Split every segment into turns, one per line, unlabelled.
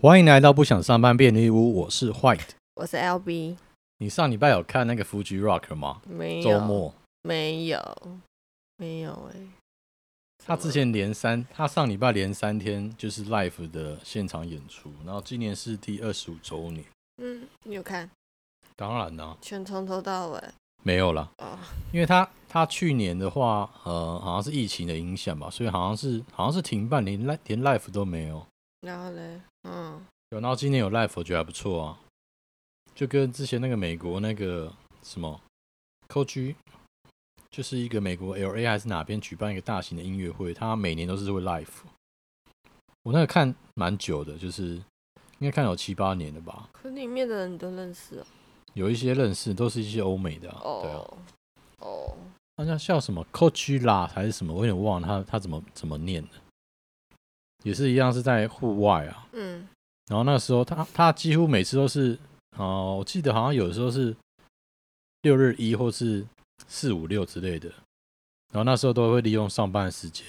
欢迎来到不想上班便利屋，我是 White。
我是 LB，
你上礼拜有看那个 Fuji Rock 吗？
没有，
周末
没有，没有哎、
他之前连三，他上礼拜连三天就是 Live 的现场演出，然后今年是第二十五周年。
嗯，你有看
当然啦、
全从头到尾
没有啦，
哦，
因为他他去年的话，呃，好像是疫情的影响吧，所以好像是好像是停办，连 live 连 Live 都没有。
然后嘞，嗯，
有，然后今年有 Live，我觉得还不错啊，就跟之前那个美国那个什么 c o g 就是一个美国 LA 还是哪边举办一个大型的音乐会，他每年都是会 Live。我那个看蛮久的，就是应该看了有七八年了吧，
可里面的人你都认识哦，
有一些认识，都是一些欧美的、啊，对啊，
哦，哦，
好像叫什么 Coachella 还是什么，我有点忘了他他怎么怎么念的，也是一样是在户外啊，
嗯，
然后那时候他他几乎每次都是，哦、我记得好像有的时候是六日一或是四五六之类的，然后那时候都会利用上班时间，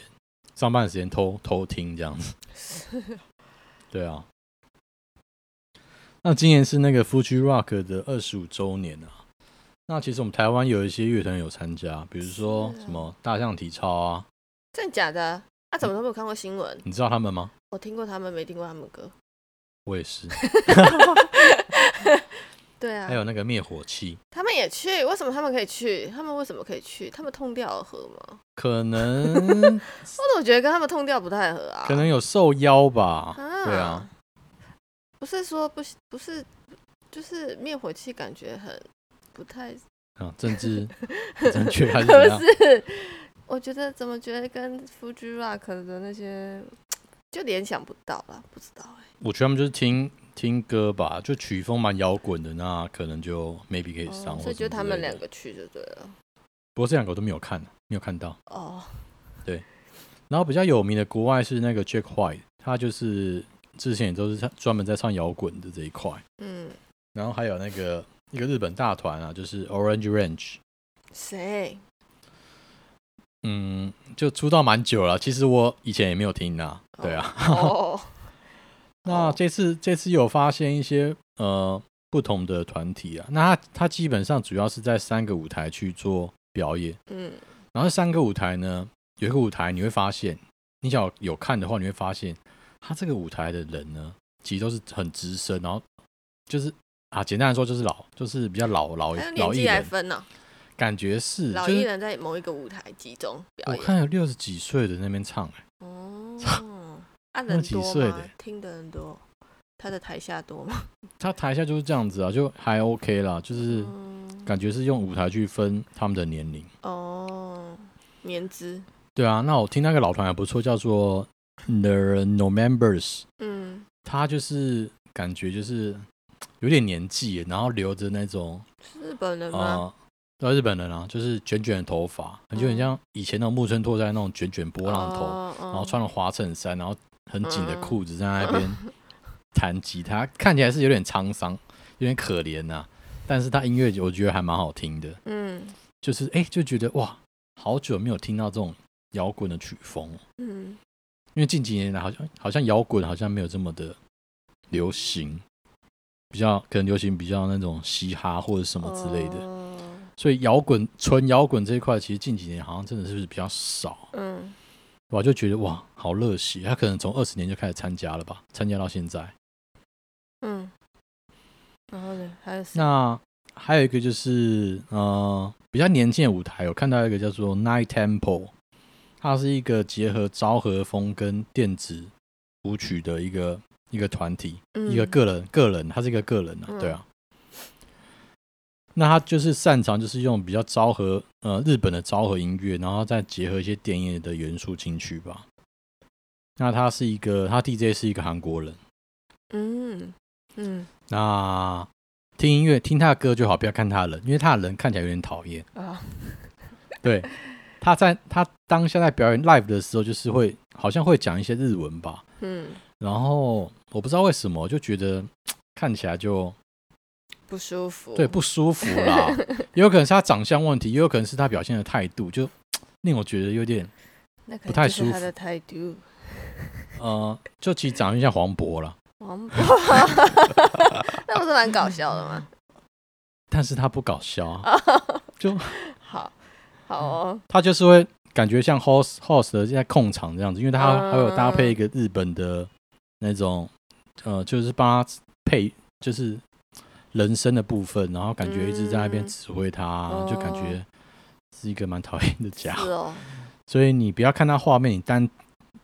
上班时间偷偷听这样子，对啊。那今年是那个 Fuji Rock 的二十五周年啊，那其实我们台湾有一些乐团有参加，比如说
是啊
什么大象体操啊，
真的假的？啊，怎么都没有看过新闻？
你知道他们吗？
我听过他们，没听过他们 歌。
我也 是，
对啊
还，有那个灭火器，
他们也去，为什么他们可以去？他们为什么可以去？他们痛调而合吗？
可能
我怎么觉得跟他们痛调不太合啊？
可能有受邀吧。
啊
对啊，
不是说不是不是，就是灭火器感觉很 不太，
啊，政 治不正确还是
不
怎样？
是？我觉得怎么觉得跟 Fuji Rock 的那些就联想不到啦，不知道哎、
我觉得他们就是听听歌吧，就曲风蛮摇滚的，那可能就 maybe 可以上、
哦
或
所以
什
就
么
他
之
们
类的
两，个去就对了。
不过这两个我都没有看，没有看到。
哦，
然后比较有名的国外是那个 Jack White，他就是之前也都是专门在唱摇滚的这一块。
嗯，
然后还有那个一个日本大团啊，就是 Orange Range，
谁？
嗯，就出道蛮久了。其实我以前也没有听啊，对啊。
哦，
那这次这次有发现一些呃不同的团体啊，那它它基本上主要是在三个舞台去做表演，
嗯，
然后这三个舞台呢，有一个舞台你会发现，你想有看的话，你会发现它这个舞台的人呢，其实都是很资深，然后就是啊，简单来说就是老，就是比较老老
还有哎年
老艺
纪来
人，
分呢、
感觉是
老
就
艺
是
人在某一个舞台集中表
我
演。
看有六十几岁的那边唱、欸，
哦，啊，
那
人
几
多
岁的
吗？听的人多，他的台下多吗？
他台下就是这样子啊，就还 OK 啦，就是
嗯
感觉是用舞台去分他们的年龄。
哦，年资，
对啊，那我听那个老团还不错，叫做 The No Members，
嗯，
他就是感觉就是嘖有点年纪，然后留着那种
是日本人吗？
呃，对啊日本人啊，就是卷卷的头发，很就很
嗯
像以前那种木村拓哉那种卷卷波浪头，
哦，嗯然
然后穿了花衬衫，然后很紧的裤子，在那 边弹吉他，看起来是有点沧桑，有点可怜呐、但是他音乐我觉得还蛮好听的，
嗯
就是哎、就觉得哇，好久没有听到这种摇滚的曲风哦。
嗯，
因为近几年来好像好像摇滚好像没有这么的流行，比较可能流行比较那种嘻哈或者什
什
么之类的，
哦的，
所以摇滚纯摇滚这一块其实近几年好像真的是比较少，
嗯，
我就觉得哇，好热血！他可能从二十年就开始参加了吧，参加到现在。
嗯，然后呢？还有谁
那还有一个就是呃比较年轻的舞台，有看到一个叫做 Night Temple，它是一个结合昭和风跟电子舞曲的一个一个团体，一个，个人，个人，他是一个个人啊，
嗯
对啊。那他就是擅长就是用比较昭和呃日本的昭和音乐，然后再结合一些电音的元素进去吧。那他是一个，他 DJ 是一个韩国人。
嗯嗯
那听音乐听他的歌就好，不要看他的人，因为他的人看起来有点讨厌。
嗯啊，
对，他在他当下在表演 live 的时候，就是会好像会讲一些日文吧，
嗯，
然后我不知道为什么就觉得看起来就
不舒服，
对，不舒服啦，也有可能是他长相问题，也有可能是他表现的态度，就令我觉得有点
那可
不
能
太
就是
舒
他
服
的态度。
呃，就其实长得有点像黄渤啦，
王八，哦那不是蛮搞笑的吗？
但是他不搞笑啊，
哦
就
好，好哦，
他就是会感觉像 host host 的在控场这样子，因为他
嗯
还有搭配一个日本的那种，呃，就是帮他配就是人声的部分，然后感觉一直在那边
嗯
指挥他，啊就感觉是一个蛮讨厌的家伙
是。哦，
所以你不要看他画面，你单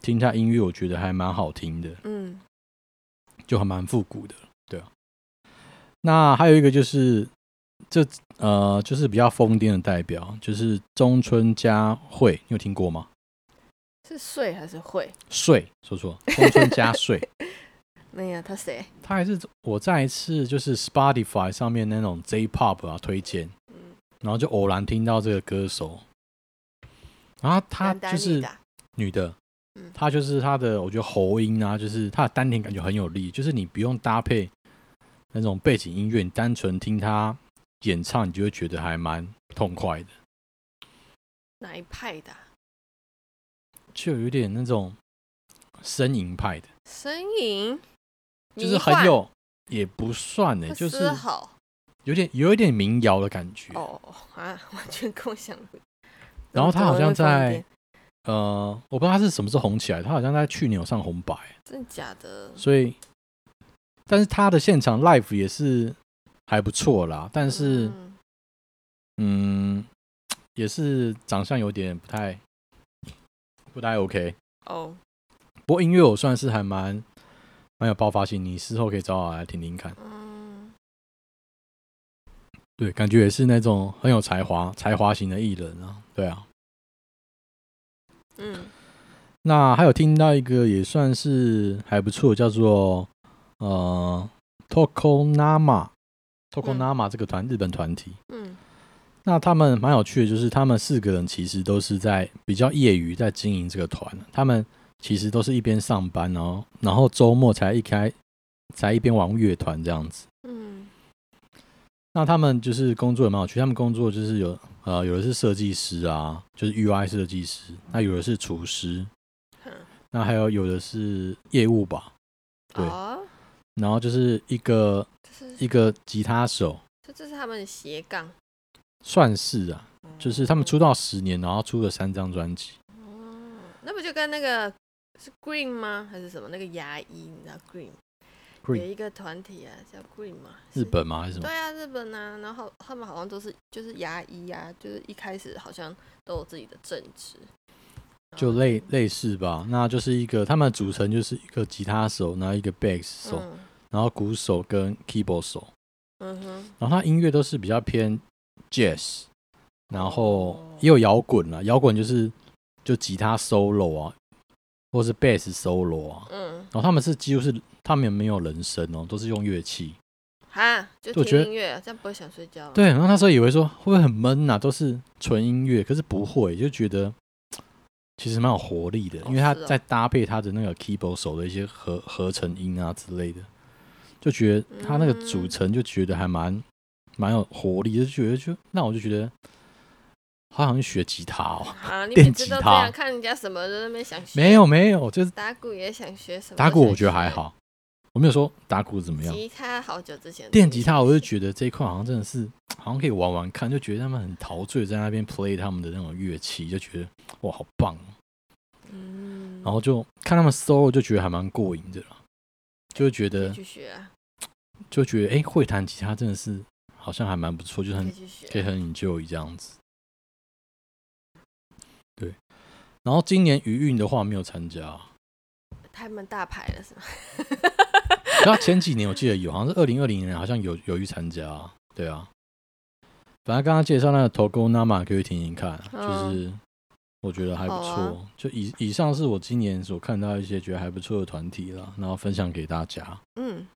听他音乐，我觉得还蛮好听的，
嗯，
就还蛮复古的，对啊。那还有一个就是这呃，就是比较疯癫的代表，就是中村佳惠，你有听过吗？
是睡还是会？
睡，说错，中村佳穗，
哎呀，他谁？
他还是我在一次就是 Spotify 上面那种 J-Pop 啊推荐，
嗯，
然后就偶然听到这个歌手，然后他
男
就
的还女
是
的啊
女的
嗯，
她就是她的，我觉得喉音啊，就是她的丹田感觉很有力，就是你不用搭配那种背景音乐，你单纯听她演唱，你就会觉得还蛮痛快的，
哪一派的啊？
就有点那种呻吟派的，
身影，
就是
迷
很
幻
有，也不算呢、
不
就是
丝毫
有点有一点民谣的感觉。
哦啊， 完全跟我想的不一样。
然后他好
怎么
像
会放
在
电
呃，我不知道她是什么时候红起来，她好像在去年有上红白，
真的假的？
所以，但是她的现场 live 也是还不错啦，但是。
嗯
嗯，也是长相有点不太不太 OK。
哦，
不过音乐我算是还蛮蛮有爆发性，你事后可以找我来听听看。
嗯，
对，感觉也是那种很有才华、才华型的艺人啊。对啊，
嗯，
那还有听到一个也算是还不错，叫做呃 Tokonama Tokonama 这个团、日本团体。
嗯，
那他们蛮有趣的，就是他们四个人其实都是在比较业余在经营这个团，他们其实都是一边上班，然后然后周末才一开才一边玩乐团这样子。
嗯，
那他们就是工作也蛮有趣，他们工作就是有呃有的是设计师啊，就是 UI 设计师，那有的是厨师，
哼
那还有有的是业务吧，对
哦，
然后就是一个
这是
一个吉他手，
这这是他们的斜杠，
算是啊，就是他们出
道，
道十年，然后出了三张专辑。
哦那不就跟那个是 Green 吗？还是什么那个牙医？你知道 Green 有
Green
一个团体啊，叫 Green 嘛，
日
是
本吗？还是什么
对？啊，日本啊，然后他们好像都是就是牙医啊，就是一开始好像都有自己的正职，嗯然
就
后
类类似吧，那就是一个他们的组成就是一个吉他手，然后一个 bass 手，
嗯
然后鼓手跟 keyboard 手，
嗯哼，
然后他音乐都是比较偏 jazz，然后
哦
也有摇滚啦，摇滚就是就吉他 solo 啊，或是 bass solo 啊，
嗯，
然后他们是几乎是他们也没有人声哦，都是用乐器。
哈，就
我觉
听
得
音乐，这样不会想睡觉。，啊
对，然后那时候以为说会不会很闷啊呐、都是纯音乐，可是不会，就觉得其实蛮有活力的，
哦
因为他
是哦
在搭配他的那个 keyboard 手的一些合合成音啊之类的，就觉得他那个组
嗯
成就觉得还蛮蛮有活力，就觉得就那我就觉得好想去学吉他哦，
啊，你
电
每次
吉
都这
他
样看人家什么都在那边想学，
没有没有，就是
打鼓也想学什么？
打鼓我觉得还，好，我没有说打鼓怎么样，
吉他好久之前
电吉他，我就
觉
觉得这一块好像真的是，好像可以玩玩看，就觉得他们很陶醉在那边 play 他们的那种乐器，就觉得哇好棒、哦。
嗯，
然后就看他们 solo 就觉得还蛮过瘾的啦，就会觉
可以
得
去学啊，
就觉得哎、诶会弹吉他真的是好像还蛮不错，就是
可以
很
去学，啊
可以很 enjoy 这样子。对，然后今年余韵的话没有参加，哦
他们大牌了是吗？
那前几年我记得有，好像是二零二零年，好像有有去参加，对啊。反正刚刚介绍那个头钩 Nama 可以听听看，
嗯
就是我觉得还不错。
好啊
就以以上是我今年所看到一些觉得还不错的团体啦，然后分享给大家。
嗯，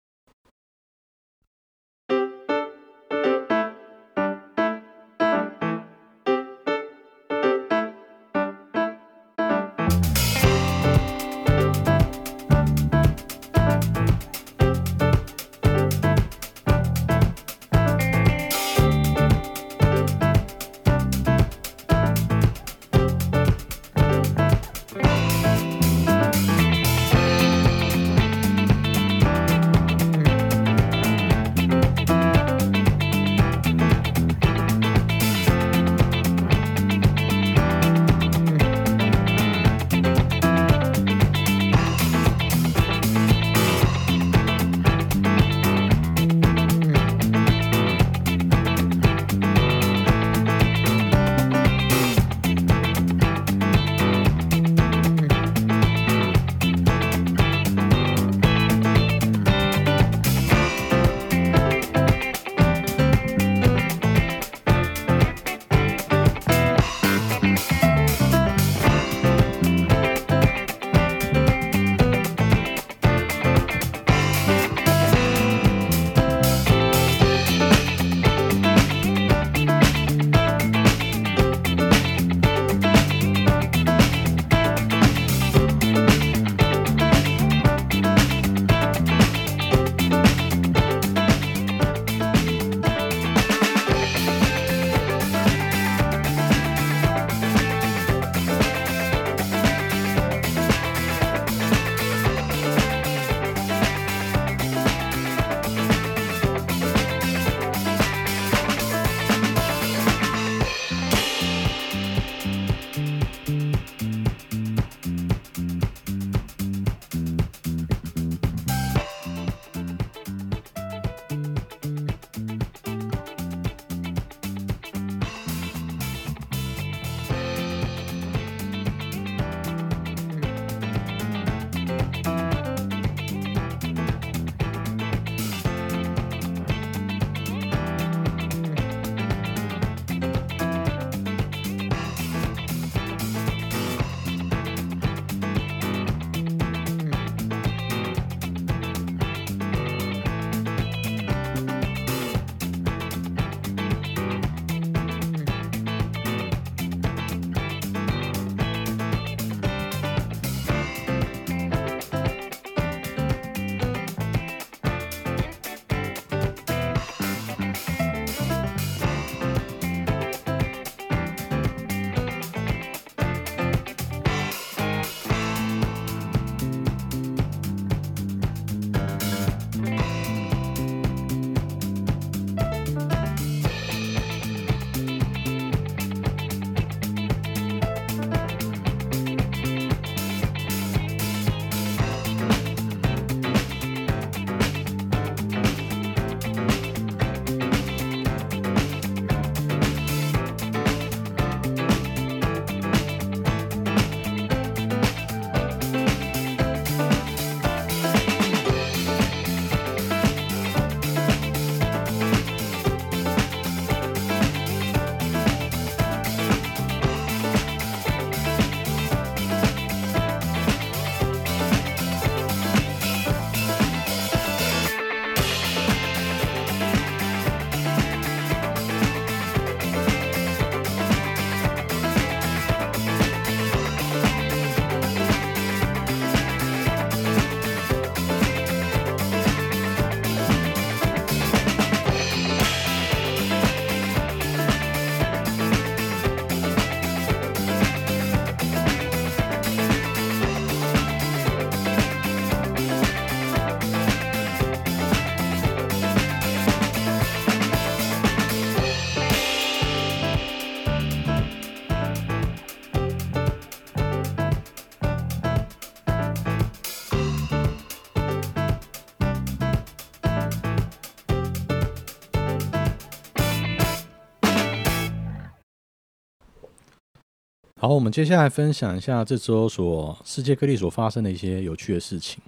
好，我们接下来分享一下这周所世界各地所发生的一些有趣的事情。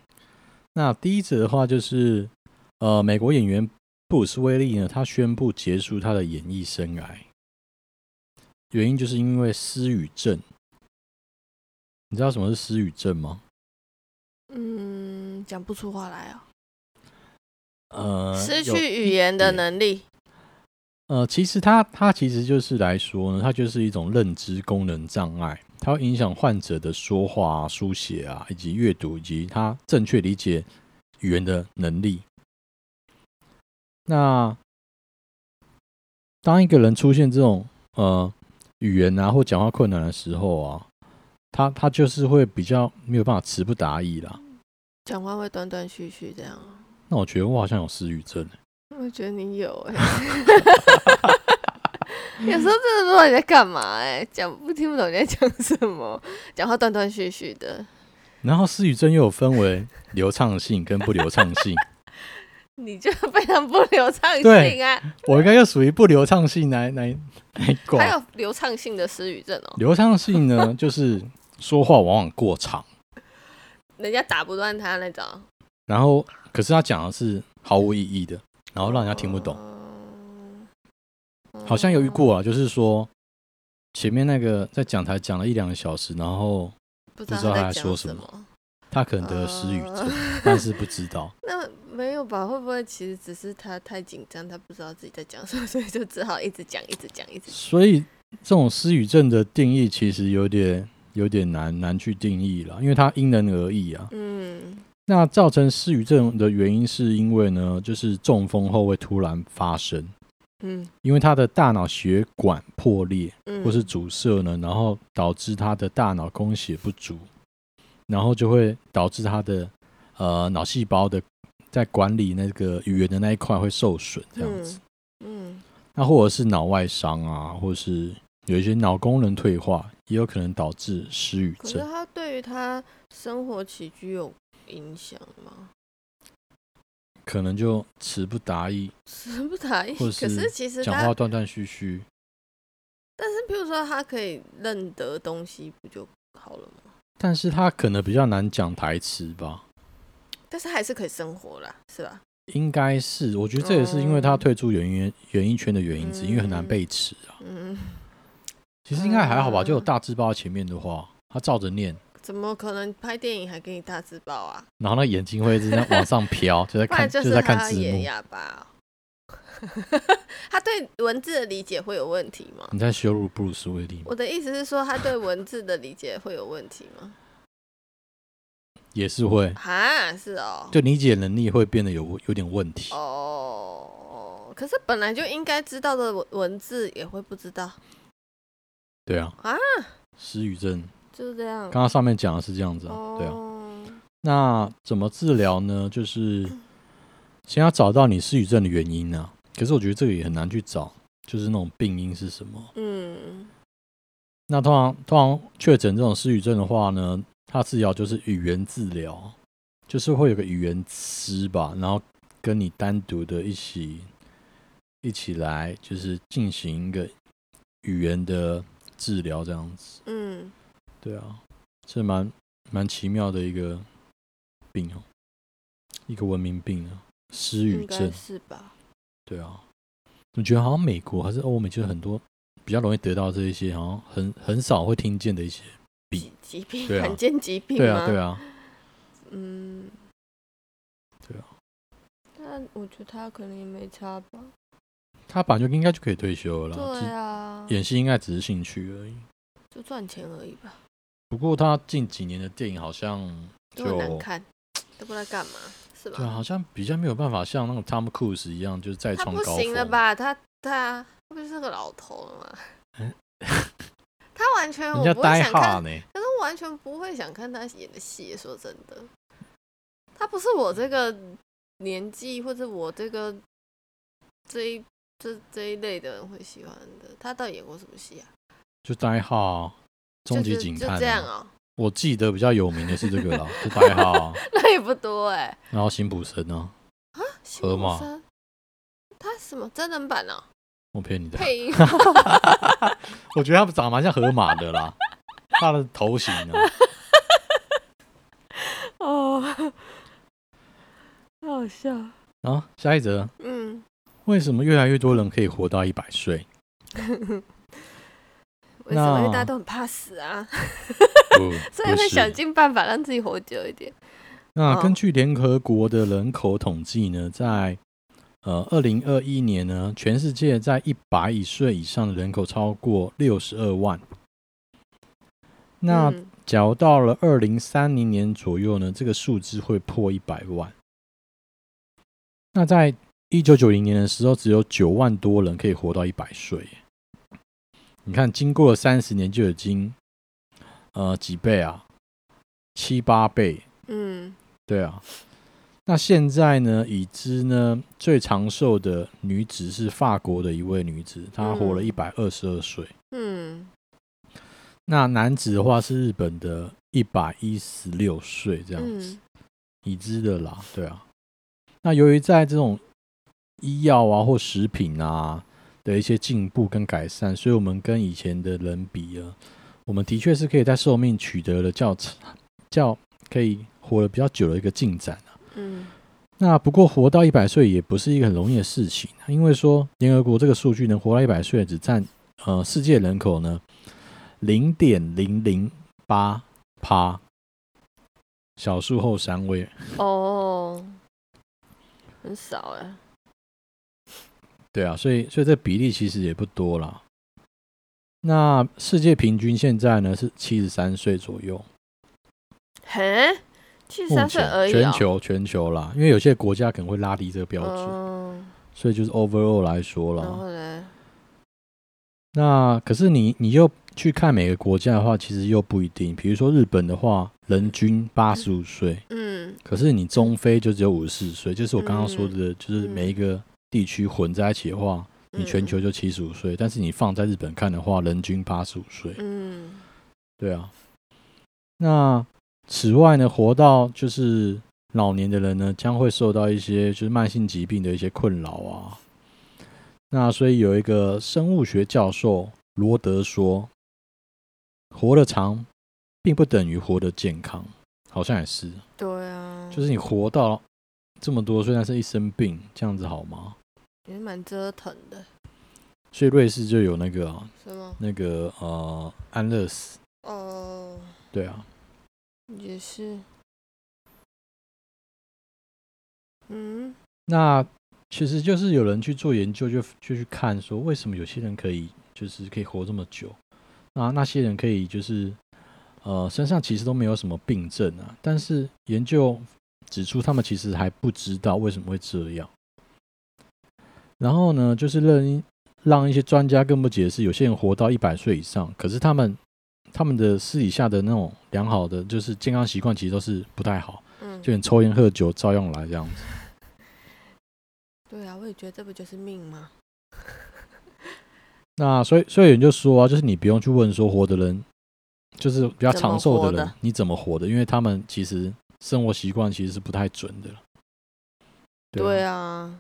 那第一则的话就是，呃，美国演员布鲁斯威利呢，他宣布结束他的演艺生涯，原因就是因为失语症。你知道什么是失语症吗？
嗯，讲不出话来啊，
呃，
失
有嗯
去语言的
点
能力。
呃，其实它它其实就是来说呢，它就是一种认知功能障碍，它会影响患者的说话、啊、书写啊，以及阅读，以及他正确理解语言的能力。那当一个人出现这种呃语言啊或讲话困难的时候啊，他他就是会比较没有办法词不达意啦。
讲话会断断续续这样啊。
那我觉得我好像有失语症欸、
我觉得你有 哎、有时候真的不知道你在干嘛哎、讲不听不懂你在讲什么，讲话断断续续的。
然后失语症又有分为流畅性跟不流畅性。
你就非常不流畅
对
性啊，
我应该又属于不流畅性来来来挂。
还有流畅性的失语症哦，
流畅性呢，就是说话往往过长，
人家打不断他那种，
然后可是他讲的是毫无意义的，然后让人家听不懂。
嗯。
好像有遇
嗯，
过啊，就是说前面那个在讲台讲了一两个小时，然后不
不知
知道他
他在
在
讲
说什
什
么
么。
他可能得了失语症，
呃
但是不知道。
那没有吧？会不会其实只是他太紧张，他不知道自己在讲什么，所以就只好一直讲，一直讲，一直讲。
所以这种失语症的定义其实有点有点难难去定义了，因为它因人而异啊。
嗯，
那造成失语症的原因是因为呢，就是中风后会突然发生，
嗯
因为他的大脑血管破裂
嗯，
或是阻塞呢，然后导致他的大脑供血不足，然后就会导致他的呃脑细胞的在管理那个语言的那一块会受损这样子。
嗯
那或者是脑外伤啊，或是有一些脑功能退化，也有可能导致失语
可是
症。
他对于他生活起居有影响吗？
可能就词不达意，
词不 达意。
或
可
是
是其实
讲
他
话，断断续续。
但是比如说他可以认得东西，不就好了吗？
但是他可能比较难讲台词吧，
但是还是可以生活啦，是吧？
应该是，我觉得这也是因为他
哦
退出演艺演艺圈的原因之一，因为很难
嗯
背词啊。
嗯，
其实应该还好吧，就有
嗯
大字报在前面的话，他照着念，
怎么可能拍电影还给你大字报啊？
然后那眼睛会一直在往上 飘，就在
不然
看，就是
是
在
他
看
要
字
演
幕。
哑巴哦、 他对文字的理解会有问题吗？
你在羞辱布鲁斯威利吗？
我的意思是说，他对文字的理解会有问题吗？
也是会，
啊，是哦，
就理解能力会变得有有点问题。
哦，可是本来就应该知道的文文字也会不知道
对啊，
啊，
失语症，
就是这样。
刚刚上面讲的是这样子啊，对啊。
哦，
那怎么治疗呢？就是先要找到你失语症的原因啊。可是我觉得这个也很难去找，就是那种病因是什么。
嗯，
那通常通常确诊这种失语症的话呢，它治疗就是语言治疗，就是会有个语言师吧，然后跟你单独的一起一起来，就是进行一个语言的治疗这样子。
嗯，
对啊，这蛮蛮奇妙的一个病哦，一个文明病啊，失语
应该
症。
是吧？
对啊，我觉得好像美国还是欧美，就是很多比较容易得到这一些，好像很很少会听见的一些。病
疾疾病，
对啊
罕见疾病
对啊，
吗
对啊，
嗯，
对啊。
但我觉得他可能也没差吧。
他本来就应该就可以退休了啦，
对啊
只，演戏应该只是兴趣而已。
就赚钱而已吧，
不过他近几年的电影好像
都很难
就
看，都不知道干嘛，是
对啊，
吧？
好像比较没有办法像那个 Tom Cruise 一样，就是再
他
创
不
高
行了
峰。
吧？他他啊，他不是个老头了吗
嗯？
他完全
人
我
家
不会
呆啊
想
哈
看，
呢，
可是我完全不会想看他演的戏。说真的，他不是我这个年纪或者我这个这一这这一类的人会喜欢的。他到底演过什么戏啊？
就呆哈啊，终极
就
警
是就
探
这样
啊。
哦，
我记得比较有名的是这个啦，就呆哈啊，
那也不多哎、
然后辛普森啊，
辛
河
普
马
森他什么真 人版哦？
我骗你的。
配音
我觉得他们长得蛮像河马的啦，他的头型啊，
哦，好笑。
然后下一则，
嗯，
为什么越来越多人可以活到一百岁？
为什么？因
那
为大家都很怕死啊，
不，
所以
不
会
是
想尽办法让自己活久一点。
那
哦
根据联合国的人口统计呢，在呃二零二一年呢，全世界在一百一岁以上的人口超过六十二万。那
嗯
假如到了二零三零年左右呢，这个数字会破一百万。那在一九九零年的时候，只有九万多人可以活到一百岁。你看，经过了三十年，就已经呃几倍啊，七八倍。
嗯，
对啊，那现在呢，已知呢最长寿的女子是法国的一位女子，她活了
嗯
一百二十二岁。
嗯，
那男子的话是日本的一百一十六岁这样子，
嗯，
已知的啦，对啊。那由于在这种医药啊或食品啊的一些进步跟改善，所以我们跟以前的人比啊，我们的确是可以在寿命取得了较长较可以活得比较久的一个进展。
嗯，
那不过活到一百岁也不是一个很容易的事情，因为说联合国这个数据能活到一百岁只占呃世界人口呢零点零零八趴，小数后三位。
哦，很少哎。
对啊，所以所以这比例其实也不多啦。那世界平均现在呢是七十三岁左右，
嘿，七十
目
三岁
前
而已、
全
哦，
球全球啦，因为有些国家可能会拉低这个标准，
嗯，
所以就是 overall 来说啦。
然后嘞，
那可是你你又去看每个国家的话，其实又不一定。比如说日本的话，人均八十五岁，
嗯
可是你中非就只有五十四岁，就是我刚刚说的，就是
嗯
每一个地区混在一起的话，你全球就七十五岁，但是你放在日本看的话，人均八十五岁，
嗯，
对啊。那此外呢，活到就是老年的人呢，将会受到一些就是慢性疾病的一些困扰啊。那所以有一个生物学教授罗德说，活得长并不等于活得健康，好像也是，
对啊，
就是你活到这么多岁，但是一生病，这样子好吗？
也是蛮折腾的，
所以瑞士就有那个啊
是吗？
那个呃安乐死，
哦，
对啊，
也是，嗯
那其实就是有人去做研究就，就去看说为什么有些人可以就是可以活这么久，那那些人可以就是呃身上其实都没有什么病症啊，但是研究指出他们其实还不知道为什么会这样。然后呢，就是让一让一些专家更不解释，有些人活到一百岁以上，可是他们他们的私底下的那种良好的就是健康习惯其实都是不太好，
嗯，
就连抽烟喝酒照样来这样子。
对啊，我也觉得这不就是命吗？
那所以，所以有人就说啊，就是你不用去问说活的人，就是比较长寿
怎么活
人，
的
你怎么活的？因为他们其实生活习惯其实是不太准的了。对啊
对啊，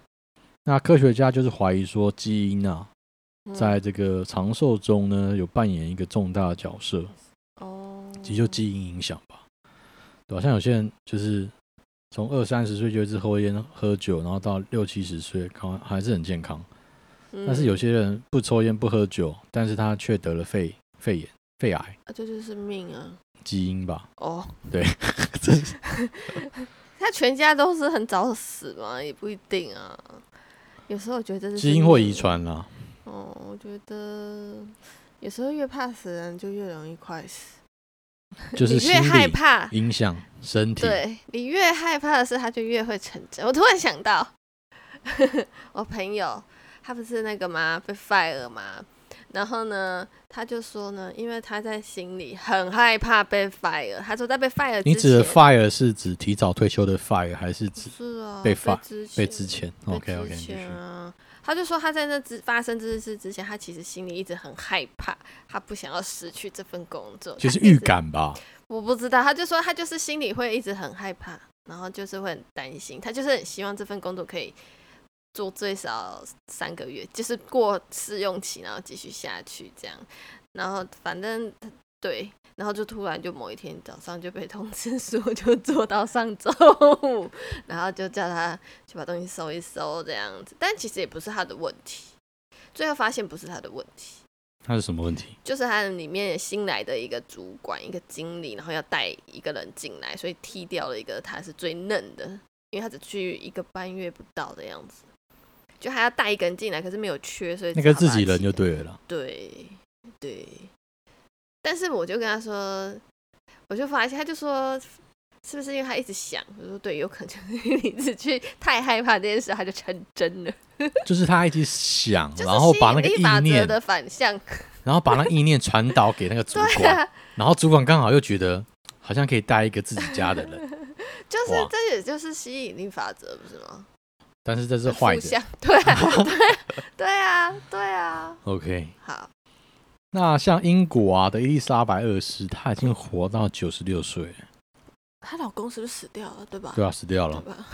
那科学家就是怀疑说，基因啊，
嗯
在这个长寿中呢，有扮演一个重大的角色，
哦，
其实就基因影响吧。对啊吧、像有些人就是从二三十岁就一直抽烟喝酒，然后到六七十岁，刚还是很健康。
嗯，
但是有些人不抽烟不喝酒，但是他却得了肺肺炎、肺癌。
啊，这就是命啊，
基因吧，
哦，
对，
这他全家都是很早死嘛，也不一定啊。有时候我觉得这是
基因或
命
遗传 啦。
哦，我觉得有时候越怕死人就越容易快死，
就是
你
心
越害
理
怕，
影响身体。
对你越害怕的事，他就越会成真。我突然想到， 我朋友他不是那个吗？被 fire 吗？然后呢，他就说呢，因为他在心里很害怕被 fire，他说在被 fire
你
之
指的
前
fire 是指提早退休的 fire，还是指
是啊，
被
被
fire-
之前
被之前
被
？OK
之
OK，继续
前。啊，他就说他在那之发生这件事之前，他其实心里一直很害怕，他不想要失去这份工作。
其
他
实
一
预
直，
感吧，
我不知道，他就说他就是心里会一直很害怕，然后就是会很担心，他就是很希望这份工作可以做最少三个月，就是过试用期，然后继续下去这样。然后反正对，然后就突然就某一天早上就被通知说就做到上周五，然后就叫他去把东西收一收这样子，但其实也不是他的问题，最后发现不是他的问题，
他是什么问题？
就是他里面新来的一个主管一个经理，然后要带一个人进来，所以踢掉了一个他是最嫩的，因为他只去一个半月不到的样子，就还要带一个人进来，可是没有缺，所以
那
只
个
好
自
把他
己人
踢
就
掉
对了 啦。
对对，但是我就跟他说，我就发现他就说，是不是因为他一直想？我说对，有可能就是因为你一直去太害怕这件事，他就成真了，
就是他一直想，
就是
然后把那个
吸引力
意
法则
念，
的反向。
然后把那意念传导给那个主
对
管，
啊，
然后主管刚好又觉得好像可以带一个自己家的 人，
就是
哇
这也就是吸引力法则，不是吗？
但是这是坏的。
负向，对 啊对啊对啊对啊，
OK，
好，
那像英国啊的伊丽莎白二世，她已经活到九十六岁了，
她老公是不是死掉了？对吧？
对啊，死掉了
对。吧？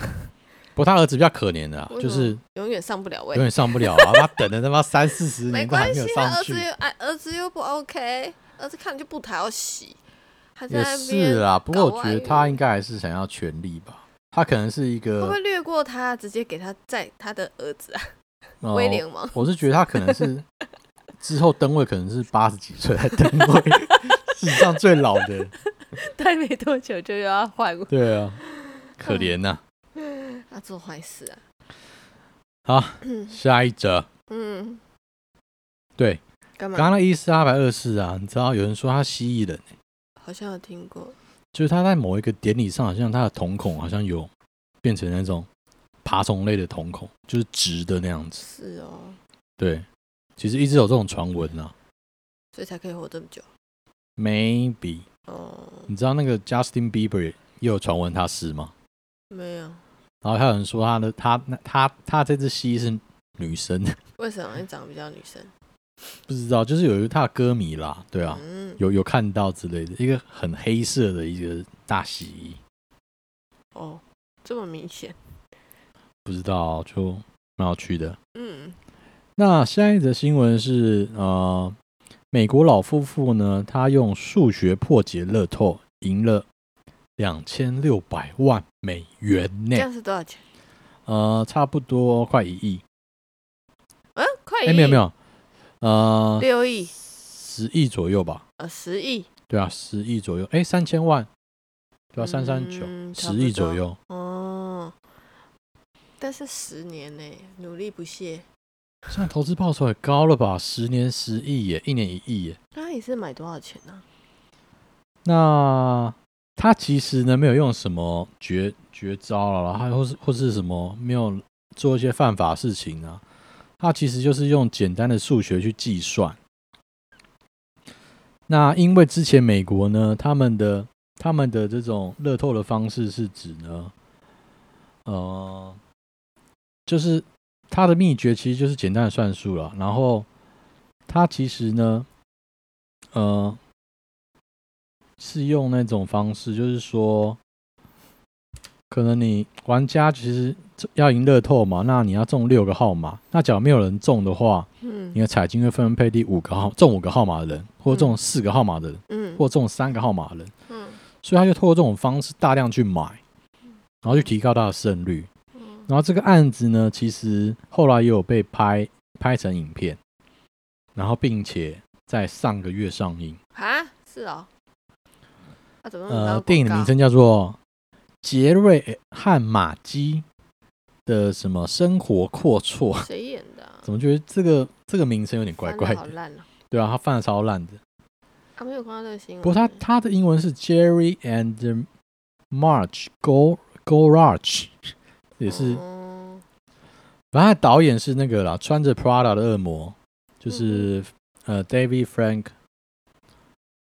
不过她儿子比较可怜的、啊，
为什
就
么
是
永远上不了位
永。远上不了 啊，他等了他妈三四十
没
年都还
关
没
系
有，
他
上
儿
去
子，又哎，儿子又不 OK，儿子看就不讨喜，还在
也
那
是啊
边
啦。不过
搞
我觉
外
得
遇
他应该还是想要权力吧，他可能是一
会不
个
会略过他，直接给他在他的儿子啊，
呃
威廉王？
我是觉得他可能是之后登位，可能是八十几岁才登 位，史上最老的。
待没多久就要换位，
对啊，可怜啊呐、
嗯 他做坏事啊。
好，下一则，
嗯，
对，
干
刚刚
嘛？
那伊斯拉白二世啊，你知道有人说他蜥蜴人，
好像有听过，
就是他在某一个典礼上，好像他的瞳孔好像有变成那种爬虫类的瞳孔，就是直的那样子。
是哦，
对，其实一直有这种传闻啊。
所以才可以活这么久。
Maybe，
哦，
你知道那个 Justin Bieber 也有传闻他是吗？
没有，
然后还有人说他的他那他他这只蜥蜴是女生，
为什么你长得比较女生？
不知道，就是有一个他的歌迷啦，对啊，
嗯，
有有看到之类的，一个很黑色的一个大蜥蜴，
哦，这么明显。
不知道就蛮有趣的。
嗯，
那下一则新闻是呃，美国老夫妇呢，他用数学破解乐透，赢了两千六百万美元
这
呢，
样是多少钱？
呃，差不多快一亿。
嗯，快一
哎、没有没
有，
有，呃，
六亿，
十亿左右吧？
呃，十亿，
对啊，十亿左右。哎、三千万，对啊，三三九，
嗯差
十
不
亿左
多
右。
哦，但是十年呢，努力不懈，
现在投资报酬也高了吧？十年十亿耶，一年一亿耶。
那你是买多少钱呢、
那他其实呢没有用什么绝绝招了啦，还或是或是什么没有做一些犯法事情啊，他其实就是用简单的数学去计算。那因为之前美国呢，他们的他们的这种乐透的方式是指呢，呃，就是它的秘诀其实就是简单的算术了，然后它其实呢，呃，是用那种方式，就是说，可能你玩家其实要赢乐透嘛，那你要中六个号码，那假如没有人中的话，你
嗯
的彩金会分配第五个号中五个号码的人，或中四个号码的人，
嗯
或中三个号码的人，
嗯
所以他就透过这种方式大量去买，然后去提高他的胜率。
嗯
然后这个案子呢，其实后来也有被拍拍成影片，然后并且在上个月上映。
啊，是哦，啊，怎么那么
呃
多，
电影的
广
名
告
称叫做《杰瑞和马基的什么生活阔绰》，
谁演的、啊？
怎么觉得这个这个名称有点怪
翻得
怪
好
的？
烂啊！
对啊，他翻的超烂的。
啊，没有看到这个新闻。
不过他他的英文是 Jerry and March Go Go Rach，也 是，
哦
反正他导演是那个啦，穿着 Prada 的恶魔，
嗯
就是、呃 David Frank。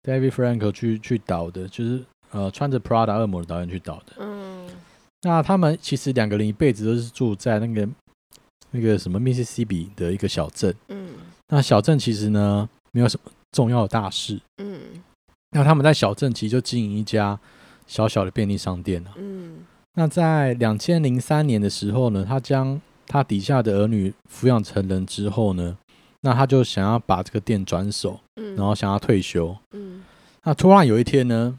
David Frank 去去导的，就是呃穿着 Prada 恶魔的导演去导的。
嗯
那他们其实两个人一辈子都是住在那个那个什么密西西比的一个小镇。
嗯
那小镇其实呢没有什么重要的大事。
嗯
那他们在小镇其实就经营一家小小的便利商店啊。
嗯
那在两千零三年的时候呢，他将他底下的儿女抚养成人之后呢，那他就想要把这个店转手，
嗯，
然后想要退休。
嗯
那突然有一天呢，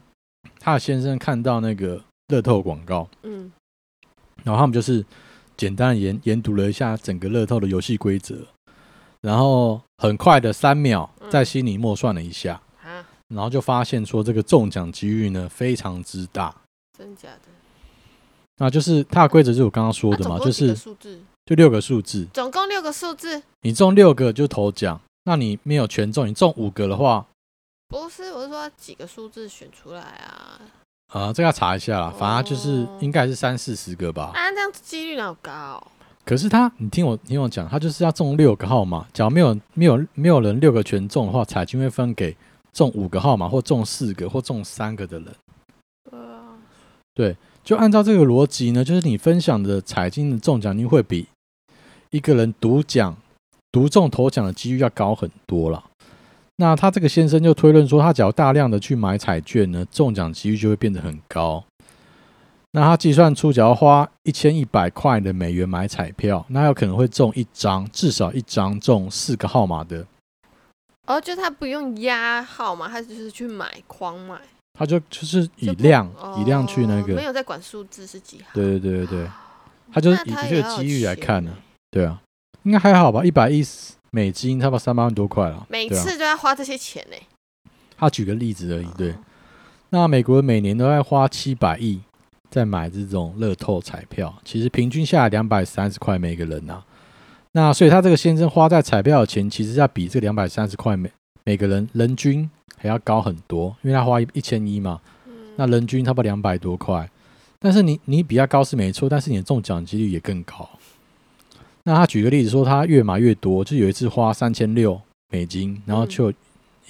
他的先生看到那个乐透广告，
嗯
然后他们就是简单地研研读了一下整个乐透的游戏规则，然后很快的三秒
嗯
在心里默算了一下，
啊，
然后就发现说这个中奖几率呢非常之大。
真假的？
那就是它的规则就是我刚刚说
啊
的
总
嘛，
共
就
几个
是
数字，
就六个数字，
总共六个数字。
你中六个就头奖，那你没有全中，你中五个的话，
不是，我是说几个数字选出来啊？
呃，这个要查一下啦，反正它就是
哦
应该是三四十个吧。
啊，这样几率哪有高？
可是他，你听我听我讲，他就是要中六个号码，假如没有没有没有人六个全中的话，彩金会分给中五个号码或中四个或中三个的人。
对啊，
就按照这个逻辑呢，就是你分享的彩金的中奖率会比一个人独奖、独中头奖的几率要高很多了。那他这个先生就推论说，他只要大量的去买彩券呢，中奖几率就会变得很高。那他计算出，只要花一千一百块的美元买彩票，那有可能会中一张，至少一张中四个号码的，
哦，就他不用压号码，他就是去买狂买，
他就就是以
就不
量、
哦
以量去那
没
个，
有在管数字是几号。啊
对对对对对，他
那
就是以
他
这
也
个
要有
机遇来
钱
看呢、
欸
对啊，应该还好吧，一百一十美金，差不多三百万多块了。
每
对啊
次都要花这些钱呢、
他举个例子而已。
哦
对，那美国每年都在花七百亿在买这种乐透彩票，其实平均下来两百三十块每个人啊。那所以他这个先生花在彩票的钱，其实要比这两百三十块每每个人人均还要高很多，因为他花一千一嘛，
嗯
那人均差不多两百多块。但是你你比他高是没错，但是你的中奖几率也更高。那他举个例子说，他越买越多，就有一次花三千六美金，然后
嗯
就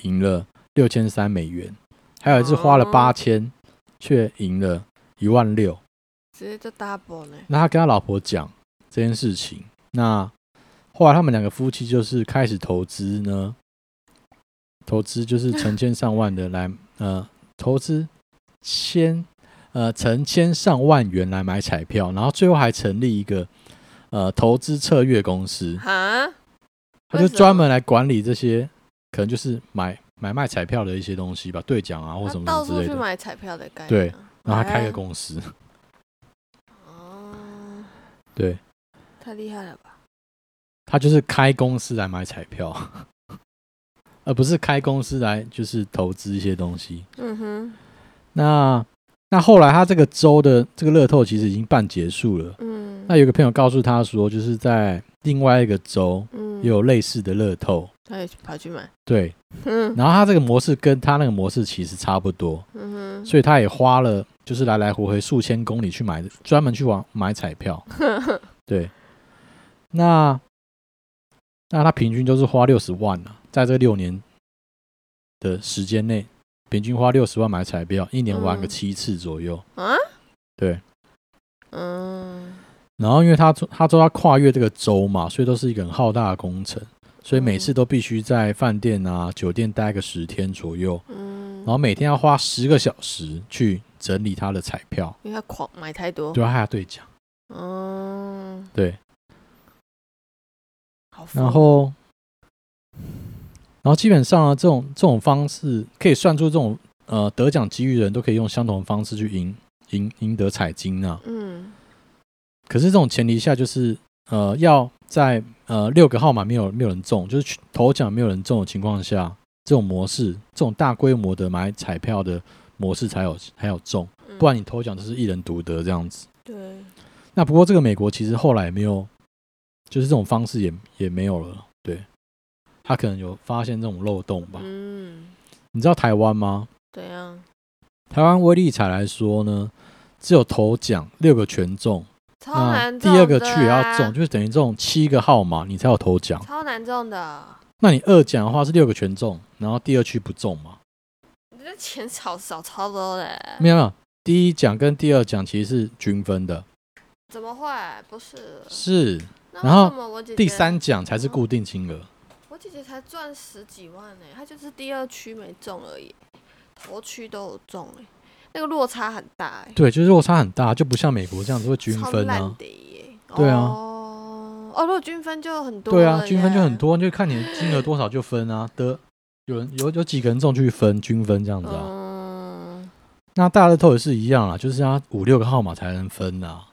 赢了六千三美元，还有一次花了
哦
八千，却赢了一万六。
直接就 double 呢、
那他跟他老婆讲这件事情，那后来他们两个夫妻就是开始投资呢，投资就是成千上万的来呃投资千呃成千上万元来买彩票，然后最后还成立一个呃投资策略公司，
哈，
他
为
就
什
专
么
门来管理这些可能就是买买卖彩票的一些东西吧，兑奖啊或
他
什么
到
什么之
处
类
去
的，
买彩票的概
对
念、啊。
然后他开
哎
个公司，
哦，
对
太厉害了吧？
他就是开公司来买彩票， 而不是开公司来就是投资一些东西。
嗯哼，
那那后来他这个州的这个乐透其实已经办结束了。
嗯，
那有个朋友告诉他说，就是在另外一个州
嗯
也有类似的乐透，
他也去跑去买，
对。
嗯
然后他这个模式跟他那个模式其实差不多，
嗯
所以他也花了就是来来回回数千公里去买，专门去玩买彩票。
哼，
对，那那他平均就是花六十万啊，在这六年的时间内，平均花六十万买彩票，一年玩个
嗯
七次左右。
啊，
对，
嗯，
然后因为他做他都要跨越这个州嘛，所以都是一个很浩大的工程，所以每次
嗯
都必须在饭店啊、酒店待个十天左右，
嗯
然，后每天要花十个小时去整理他的彩票，
因为他狂买太多，
对，他还要兑奖，
嗯，
对。
好疯，
然后，然后基本上呢，啊这种这种方式可以算出这种呃得奖机遇的人都可以用相同的方式去赢赢赢得彩金啊。
嗯，
可是这种前提下就是呃要在呃六个号码没有没有人中，就是去头奖没有人中的情况下，这种模式这种大规模的买彩票的模式才有才有中，
嗯
不然你头奖就是一人独得这样子。
对，
那不过这个美国其实后来也没有，就是这种方式也也没有了。对，他可能有发现这种漏洞吧？
嗯，啊
你知道台湾吗？
怎样？
台湾威力彩来说呢，只有头奖六个全中，
超
那
难
第
中
二个
的
去也要
啊
中，，就是等于中七个号码你才有头奖。
超难中的，
那你二奖的话是六个全中，然后第二区不中嘛？
你这钱少少超多的，
没有没有，第一奖跟第二奖其实是均分的，
怎么会？不是，哦
是
那
然后
为什么我姐姐
第三奖才是固定金额。
我姐姐才赚十几万呢、她就是第二区没中而已，头区都有中哎、那个落差很大哎、
对，就是落差很大，就不像美国这样子会均
超
分啊。
烂的耶、
对啊
哦，哦，如果均分就很多
对
了耶，
啊，均分就很多，就看你金额多少就分啊。得有人有有几个人这种去分均分这样子啊？
嗯，
那大乐透也是一样啊，就是要五六个号码才能分啊。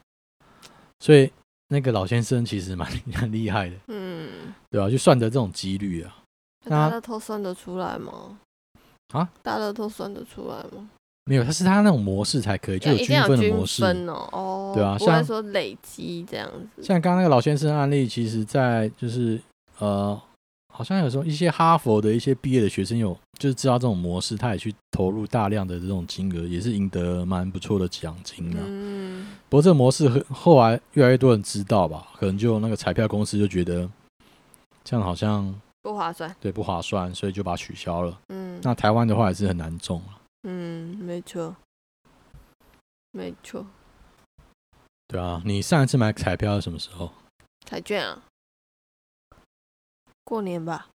所以那个老先生其实蛮 蛮厉害的，
嗯，
对吧、啊？就算得这种几率啊。
那
那
大乐透算得出来吗？
啊？
大乐透算得出来吗？
没有，他是他那种模式才可以，就
要
有
一定
均
要
分的
均
模式。
分哦，哦，
对啊
不
像
会说累积这样子。
像刚刚那个老先生案例，其实在就是呃，好像有时候一些哈佛的一些毕业的学生有就是知道这种模式，他也去投入大量的这种金额，也是赢得蛮不错的奖金啊。
嗯，
不过这个模式很后来越来越多人知道吧，可能就那个彩票公司就觉得嗯这样好像
不划算。
对不划算，所以就把它取消了。
嗯，
那台湾的话也是很难中啊，
嗯，没错，没错，
对啊。你上一次买彩票是什么时候？
彩券啊，过年吧。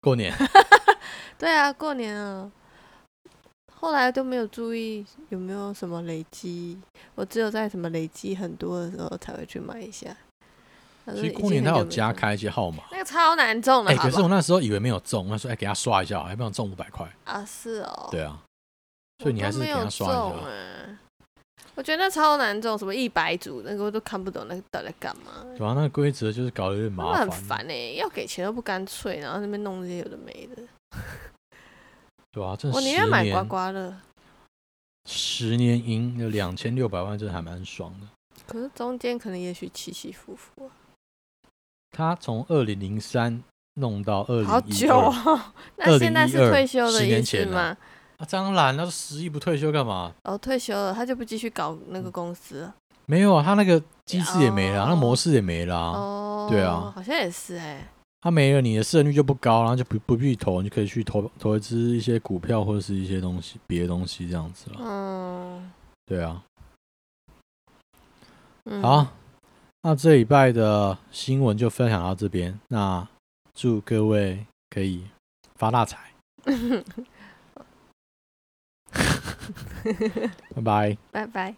过年
呃对啊，过年啊。后来都没有注意有没有什么累积，我只有在什么累积很多的时候才会去买一下。反
其
正
实
已
过
经
年
很
它
久
有
没
加
中，
开一些号码。
那个超难中
哎、
的，好
可
不
是
好
我那时候以为没有中，那时候哎、给他刷一下，还不想中五百块。
啊是哦，
对啊，
我
所以你
都
还是
没
给
有
他刷一
中
下。
啊。我觉得那超难中，什么一百组那个我都看不懂，那个到底在干嘛？
对啊，那个规则就是搞得有点
真
麻
的
烦。
很烦哎、要给钱又不干脆，然后那边弄这些有的没的。
对啊，这
我
十
宁愿
年
买刮刮乐，
十年赢有两千六百万，真的还蛮爽的。
可是中间可能也许起起伏伏啊、
他从二零零三弄到二
好
零一
久
二，
哦。 那现在是
2012
退休的
10
意
年
思
前
吗
啊？啊，当然，他十亿不退休干嘛？
哦，退休了，他就不继续搞那个公司了。
没有啊，他那个机制也没了啊，
哦
那模式也没了啊，
哦，
对啊
好像也是哎、
他没了，你的胜率就不高，啊然后就不不必投，你就可以去投投资一些股票或者是一些东西别的东西这样子了。
嗯，
对啊，
嗯
好，， 那这礼拜的新闻就分享到这边。那祝各位可以发大财，拜拜。
拜拜。